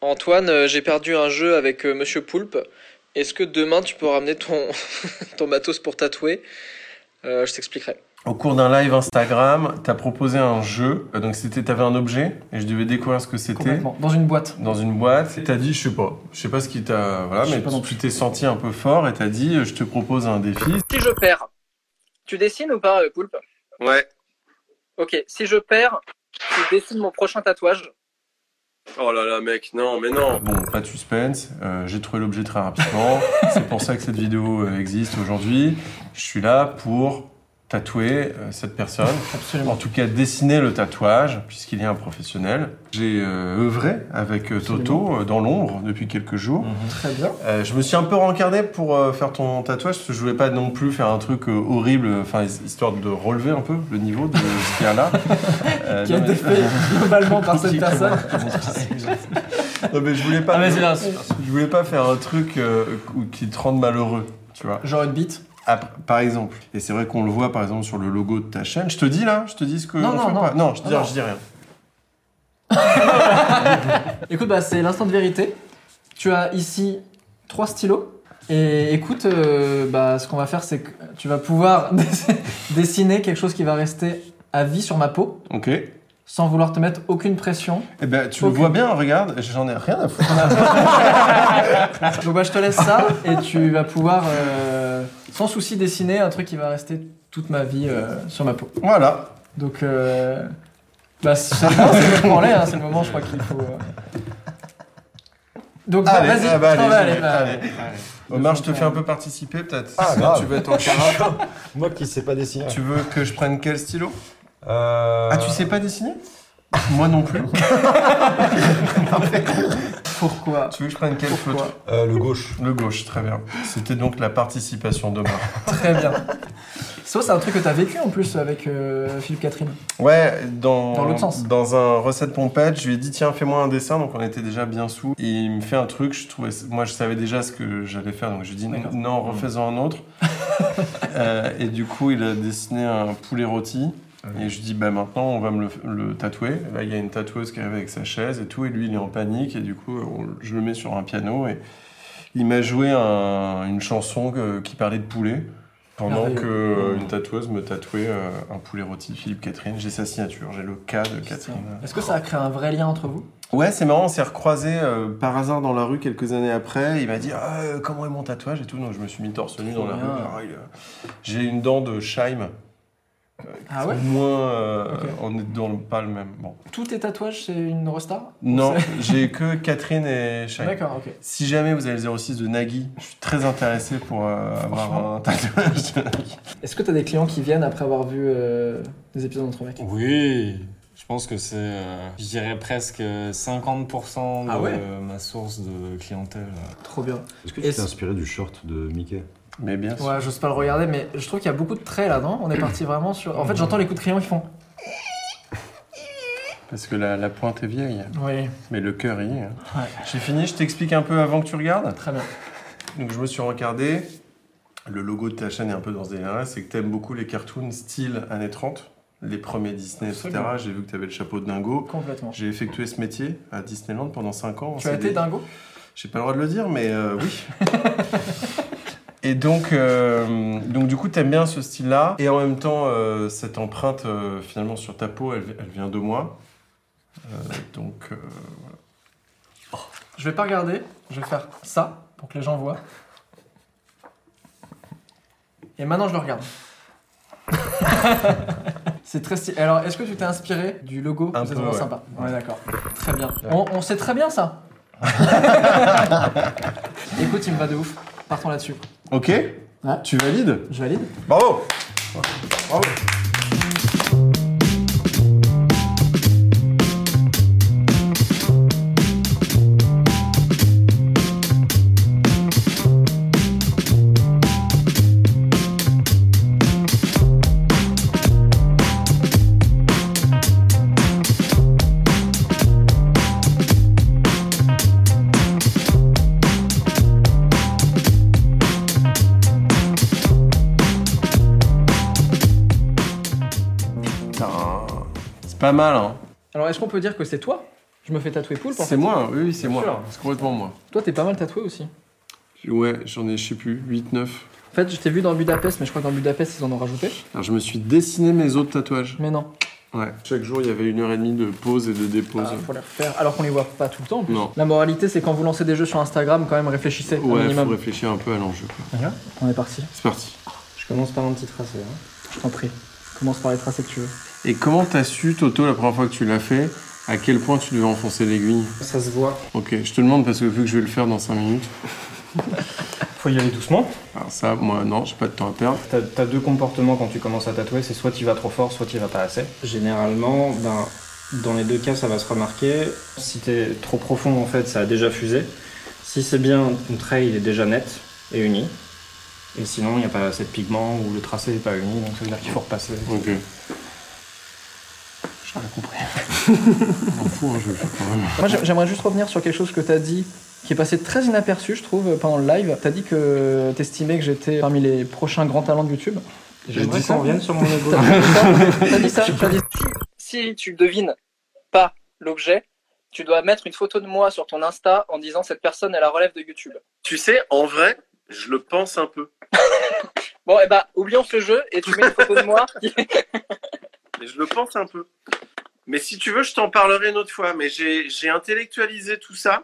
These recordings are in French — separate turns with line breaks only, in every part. Antoine, euh, j'ai perdu un jeu avec euh, Monsieur Poulpe. Est-ce que demain tu peux ramener ton, ton matos pour tatouer Euh, Je t'expliquerai.
Au cours d'un live Instagram, t'as proposé un jeu. Euh, Donc c'était, t'avais un objet et je devais découvrir ce que c'était
Complètement. Dans une boîte.
dans une boîte. Et T'as dit, je sais pas, je sais pas ce qui t'a, voilà,
Je sais
mais
pas non
tu t'es senti un peu fort et t'as dit, euh, je te propose un défi.
Si je perds, tu dessines ou pas, euh, Poulpe
Ouais.
Ok, si je perds, tu dessines mon prochain tatouage.
Oh là là, mec, non, mais non.
Bon, pas de suspense. euh, J'ai trouvé l'objet très rapidement. C'est pour ça que cette vidéo euh, existe aujourd'hui. Je suis là pour tatouer euh, cette personne. En
Absolument.
tout cas, dessiner le tatouage, puisqu'il y a un professionnel. J'ai euh, œuvré avec euh, Toto euh, dans l'ombre depuis quelques jours.
Mhm. Très bien.
Euh, je me suis un peu rencarné pour euh, faire ton tatouage, parce que je voulais pas non plus faire un truc euh, horrible, enfin, his- histoire de relever un peu le niveau de ce qu'il y a là. Euh,
Qui a
non, mais-
été fait globalement par cette
Qui-
personne.
Non, mais je voulais pas.
Ah, vas-y, lance.
Je voulais pas faire un truc euh, où- qui te rende malheureux, tu vois.
Genre une bite.
Après- par exemple, et c'est vrai qu'on le voit par exemple sur le logo de ta chaîne, je te dis là, je te dis ce que. on
Non, non,
fait
non.
pas. non, je, te
Ah,
dis-
non.
je dis rien.
Écoute, bah, c'est l'instant de vérité. Tu as ici trois stylos. Et écoute, euh, bah, ce qu'on va faire, c'est que tu vas pouvoir dessiner quelque chose qui va rester à vie sur ma peau,
Ok. Eh
sans vouloir te mettre aucune pression.
ben, tu
Ok.
le vois bien, regarde, j'en ai rien à foutre.
Donc bah, je te laisse ça, et tu vas pouvoir, euh, sans souci, dessiner un truc qui va rester toute ma vie euh, sur ma peau.
voilà.
Donc, euh, bah, c'est non, c'est le moment, là, hein, c'est le moment, je crois qu'il faut... euh. Donc bah,
Allez,
vas-y,
ah bah, allez,
t'en vas,
allez,
allez, bah,
allez. Omar, je te fais un peu participer peut-être.
Ah,
Sinon,
grave.
tu veux être en carat.
Moi qui sais pas dessiner.
tu veux que je prenne quel stylo
Euh,
Ah, tu sais pas dessiner Moi non plus.
Pourquoi
tu veux que je prenne quel
Pourquoi
feutre
euh, le gauche.
Le gauche, très bien. C'était donc la participation d'Omar.
Très bien. Ça, c'est un truc que t'as vécu en plus avec euh, Philippe Catherine.
Ouais, dans,
Dans l'autre sens.
dans un recette pompette, je lui ai dit tiens fais-moi un dessin, donc on était déjà bien sous. Et il me fait un truc, je trouvais, moi je savais déjà ce que j'allais faire, donc je lui ai dit
D'accord.
non refais-en un autre. Euh, et du coup il a dessiné un poulet rôti.
Ah
Et je lui dis bah maintenant on va me le, le tatouer. Là il y a une tatoueuse qui arrive avec sa chaise et tout, et lui il est en panique et du coup on- je le mets sur un piano et il m'a joué un- une chanson que- qui parlait de poulet. Pendant
Merveilleux.
que euh, une tatoueuse me tatouait euh, un poulet rôti Philippe Catherine. J'ai sa signature, j'ai le cas de Catherine.
Est-ce que ça a créé un vrai lien entre vous
Ouais, c'est marrant, on s'est recroisé par hasard dans la rue quelques années après. Il m'a dit ah, euh, comment est mon tatouage et tout. Donc je me suis mis torse nu dans la
Trop
rue.
bien.
pareil, euh. J'ai une dent de Scheim.
Ah ouais
Moins, euh,
Ok.
on est dans le- pas le même. Bon.
Tous tes tatouages, c'est une resta
Non, j'ai que Catherine et Scheim.
D'accord, ok.
Si jamais vous avez le 06 de Nagui, je suis très intéressé pour euh, avoir
Franchement.
un tatouage. de Nagui.
Est-ce que t'as des clients qui viennent après avoir vu euh, des épisodes d'entre mecs
Oui, je pense que c'est, euh, je dirais presque euh, 50% de
Ah ouais
euh, ma source de clientèle.
Trop bien.
Est-ce que
Et
tu t'es
c'est-
inspiré du short de Mickey
Mais bien sûr.
Ouais, j'ose pas le regarder, mais je trouve qu'il y a beaucoup de traits là-dedans. On est parti vraiment sur. En fait, j'entends les coups de crayon qui font.
Parce que la, la pointe est vieille,
Oui,
mais le cœur y est. hein.
Ouais.
J'ai fini, je t'explique un peu avant que tu regardes.
très bien.
Donc je me suis regardé. Le logo de ta chaîne est un peu dans ce délire-là, c'est que t'aimes beaucoup les cartoons style années 30, les premiers Disney, etc.
Absolument.
J'ai vu que t'avais le chapeau de dingo.
Complètement.
J'ai effectué ce métier à Disneyland pendant 5 ans.
Tu as
C'est
été
des-
dingo
J'ai pas le droit de le dire, mais euh, oui. Et donc, euh, donc du coup, t'aimes bien ce style-là. Et en même temps, euh, cette empreinte, euh, finalement, sur ta peau, elle, elle vient de moi. Euh, donc, euh,
Je vais pas regarder, je vais faire ça pour que les gens voient. Et maintenant, je le regarde. C'est très stylé. Alors, est-ce que tu t'es inspiré du logo
Un
C'est
peu,
vraiment
ouais.
sympa. Ouais, d'accord. Très bien. On, on sait très bien ça. Écoute, il me va de ouf. Partons là-dessus.
ok Tu valides
Je valide.
Bravo C'est pas mal, hein.
Alors, est-ce qu'on peut dire que c'est toi Je me fais tatouer poulpe en
C'est
fait.
moi, hein. oui, oui, c'est
Bien sûr.
moi. C'est complètement moi.
Toi, t'es pas mal tatoué aussi.
Ouais, j'en ai, je sais plus, 8-9.
En fait, je t'ai vu dans Budapest, mais je crois que dans Budapest, ils en ont rajouté.
Alors je me suis dessiné mes autres tatouages.
Mais non,
Ouais. Chaque jour, il y avait une heure et demie de pause et de
il
dépose.
Ah, faut les refaire. Alors qu'on les voit pas tout le temps en plus.
Non.
La moralité, c'est quand vous lancez des jeux sur Instagram, quand même réfléchissez un
ouais, faut
minimum.
réfléchir un peu à l'enjeu. quoi.
On est parti,
C'est parti.
Je commence par un petit tracé. hein.
je t'en prie. Commence par les tracés que tu veux.
Et comment t'as su, Toto, la première fois que tu l'as fait, à quel point tu devais enfoncer l'aiguille
Ça se voit.
Ok, je te demande parce que vu que je vais le faire dans 5 minutes.
Faut y aller doucement.
Alors ça, moi, non, j'ai pas de temps à perdre.
T'as t'as deux comportements quand tu commences à tatouer, c'est soit tu vas trop fort, soit tu vas pas assez.
Généralement, ben, dans les deux cas, ça va se remarquer.
Si t'es trop profond, en fait, ça a déjà fusé. Si c'est bien, ton trait, il est déjà net et uni. Et sinon, il n'y a pas assez de pigment ou le tracé n'est pas uni, donc ça veut dire qu'il faut repasser.
Ok. J'ai rien compris. M'en fous, hein, je vais le faire quand même.
Moi, j'ai- j'aimerais juste revenir sur quelque chose que t'as dit, qui est passé très inaperçu, je trouve, pendant le live. T'as dit que t'estimais que j'étais parmi les prochains grands talents de YouTube.
J'aimerais
J'aimerais
dit qu'on ça
qu'on revienne sur mon ego.
T'as dit ça t'as dit-
Si tu devines pas l'objet, tu dois mettre une photo de moi sur ton Insta en disant cette personne est la relève de YouTube.
Tu sais, en vrai, je le pense un peu.
Bon, et bah, oublions ce jeu et tu mets une photo de moi.
Mais je le pense un peu. Mais si tu veux, je t'en parlerai une autre fois. Mais j'ai j'ai intellectualisé tout ça.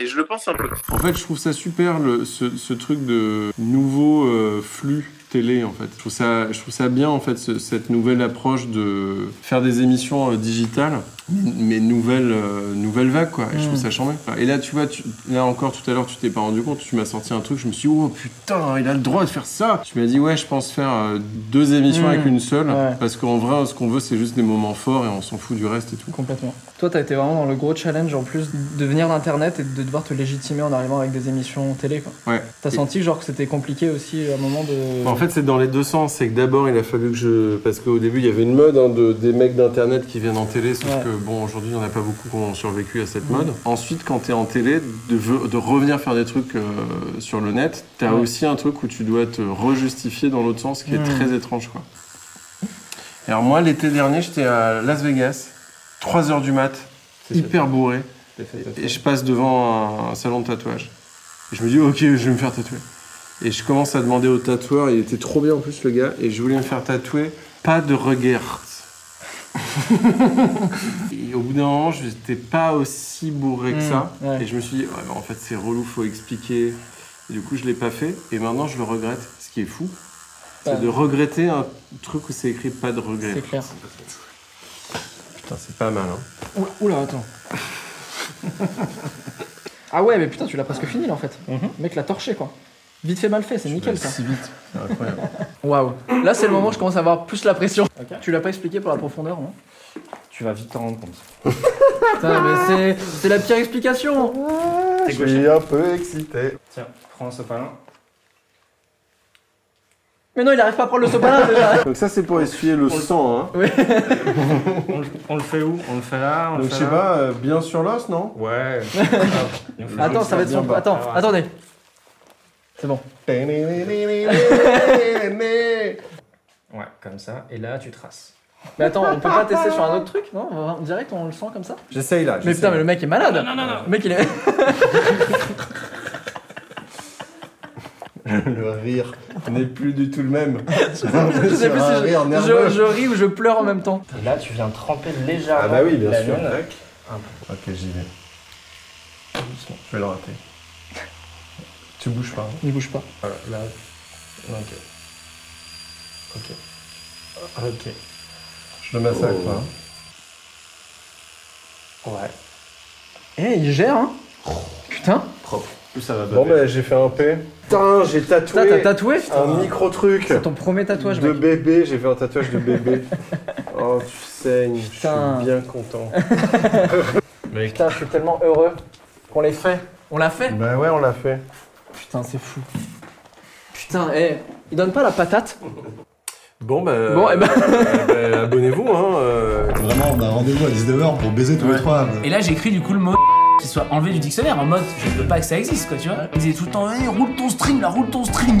Et je le pense un peu.
En fait, je trouve ça super le- ce, ce truc de nouveau euh, flux télé en fait. Je trouve ça, je trouve ça bien en fait ce- cette nouvelle approche de faire des émissions euh, digitales, mais nouvelle euh, nouvelle vague quoi. Et je
Mm.
trouve ça chambé. Et là, tu vois, tu- là encore tout à l'heure, tu t'es pas rendu compte. Tu m'as sorti un truc, je me suis dit, oh putain, il a le droit de faire ça. Tu m'as dit ouais, je pense faire euh, deux émissions
Mm.
avec une seule,
Ouais.
parce qu'en vrai, ce qu'on veut, c'est juste des moments forts et on s'en fout du reste et tout.
Complètement. Toi, t'as été vraiment dans le gros challenge en plus de venir d'Internet et de devoir te légitimer en arrivant avec des émissions télé. Quoi.
Ouais.
T'as senti genre que c'était compliqué aussi à un moment de.
Bah, En fait, c'est dans les deux sens. C'est que d'abord, il a fallu que je. Parce qu'au début, il y avait une mode hein, de, des mecs d'Internet qui viennent en télé, sauf
Ouais. Mhm.
que, bon, aujourd'hui, il n'y en a pas beaucoup qui ont survécu à cette mode. Ensuite, quand tu es en télé, de, ve- de revenir faire des trucs euh, sur le net, tu as
Ouais.
aussi un truc où tu dois te rejustifier dans l'autre sens, qui est
Mm.
très étrange, quoi. Et Alors, moi, l'été dernier, j'étais à Las Vegas, 3 heures du mat, hyper bourré, et je passe devant un- un salon de tatouage. Et je me dis, ok, je vais me faire tatouer. Et je commence à demander au tatoueur, il était trop bien en plus le gars, et je voulais me faire tatouer pas de regard. et au bout d'un moment, je n'étais pas aussi bourré que
Mm,
ça.
ouais.
Et je me suis dit, Ouais, mais en fait, c'est relou, faut expliquer. Et du coup, je l'ai pas fait, et maintenant, je le regrette. Ce qui est fou, c'est
Ouais.
de regretter un truc où c'est écrit pas de regret.
C'est clair.
Putain, c'est pas mal. Hein.
Oula, oula, attends. ah ouais, mais putain, tu l'as presque fini là en fait.
Mhm.
Le Mec, l'a torché quoi. Vite fait, mal fait, c'est nickel ça.
Si vite. C'est incroyable.
Waouh. Là, c'est le moment où je commence à avoir plus la pression. Tu l'as pas expliqué pour la profondeur, non
Tu vas vite t'en rendre compte.
Putain, mais c'est- c'est la pire explication
Je suis
un peu excité.
Tiens, prends ce palin.
Mais non, il arrive pas à prendre le sopalin déjà
Donc ça, c'est pour essuyer le sang. Hein.
On, le- on le fait où On le fait là on
Ah,
le
Donc je
fait
sais
là
pas, euh, bien sur l'os, non
Ouais. c'est pas grave. Il nous faut
Attends,
juste
ça va être
bien
son.
bas.
Attends,
Alors,
attendez. C'est bon.
Ouais, comme ça. Et là, tu traces.
Mais attends, on peut pas tester sur un autre truc, non On va- Direct, on le sent comme ça
J'essaye là.
Mais
j'essaye.
putain, mais le mec est malade Non, non, non Le mec, il est.
Le rire n'est plus du tout le même.
Je sais plus si je, je, je ris ou je pleure en même temps.
Et là, tu viens tremper légèrement.
Ah bah oui, bien
la
sûr.
lune.
Ok, j'y vais. Je vais le rater. Tu bouges pas. hein.
Il bouge pas.
Voilà, là. Ok. Ok. Ok.
Je le massacre. hein.
Ouais.
Eh, il gère, hein Putain
Ça va
Bon, ben j'ai fait un P. Putain, j'ai
Putain, t'as
tatoué
tatoué
un micro truc
C'est ton premier tatouage,
de
mec.
bébé. J'ai fait un tatouage de bébé. oh, tu saignes.
Putain.
Je suis bien content.
Putain, je suis tellement heureux qu'on l'ait fait. On l'a fait
bah ouais, on l'a fait.
Putain, c'est fou. Putain, eh, il donne pas la patate
Bon, ben.
Bon, eh ben-
abonnez-vous. Hein,
Vraiment, on a rendez-vous à 19h pour baiser tous les trois.
Et là, j'écris du coup le mot qui soit enlevé du dictionnaire en mode je veux pas que ça existe, quoi, tu vois. Ils disaient tout le temps, hey, roule ton string, là, roule ton string.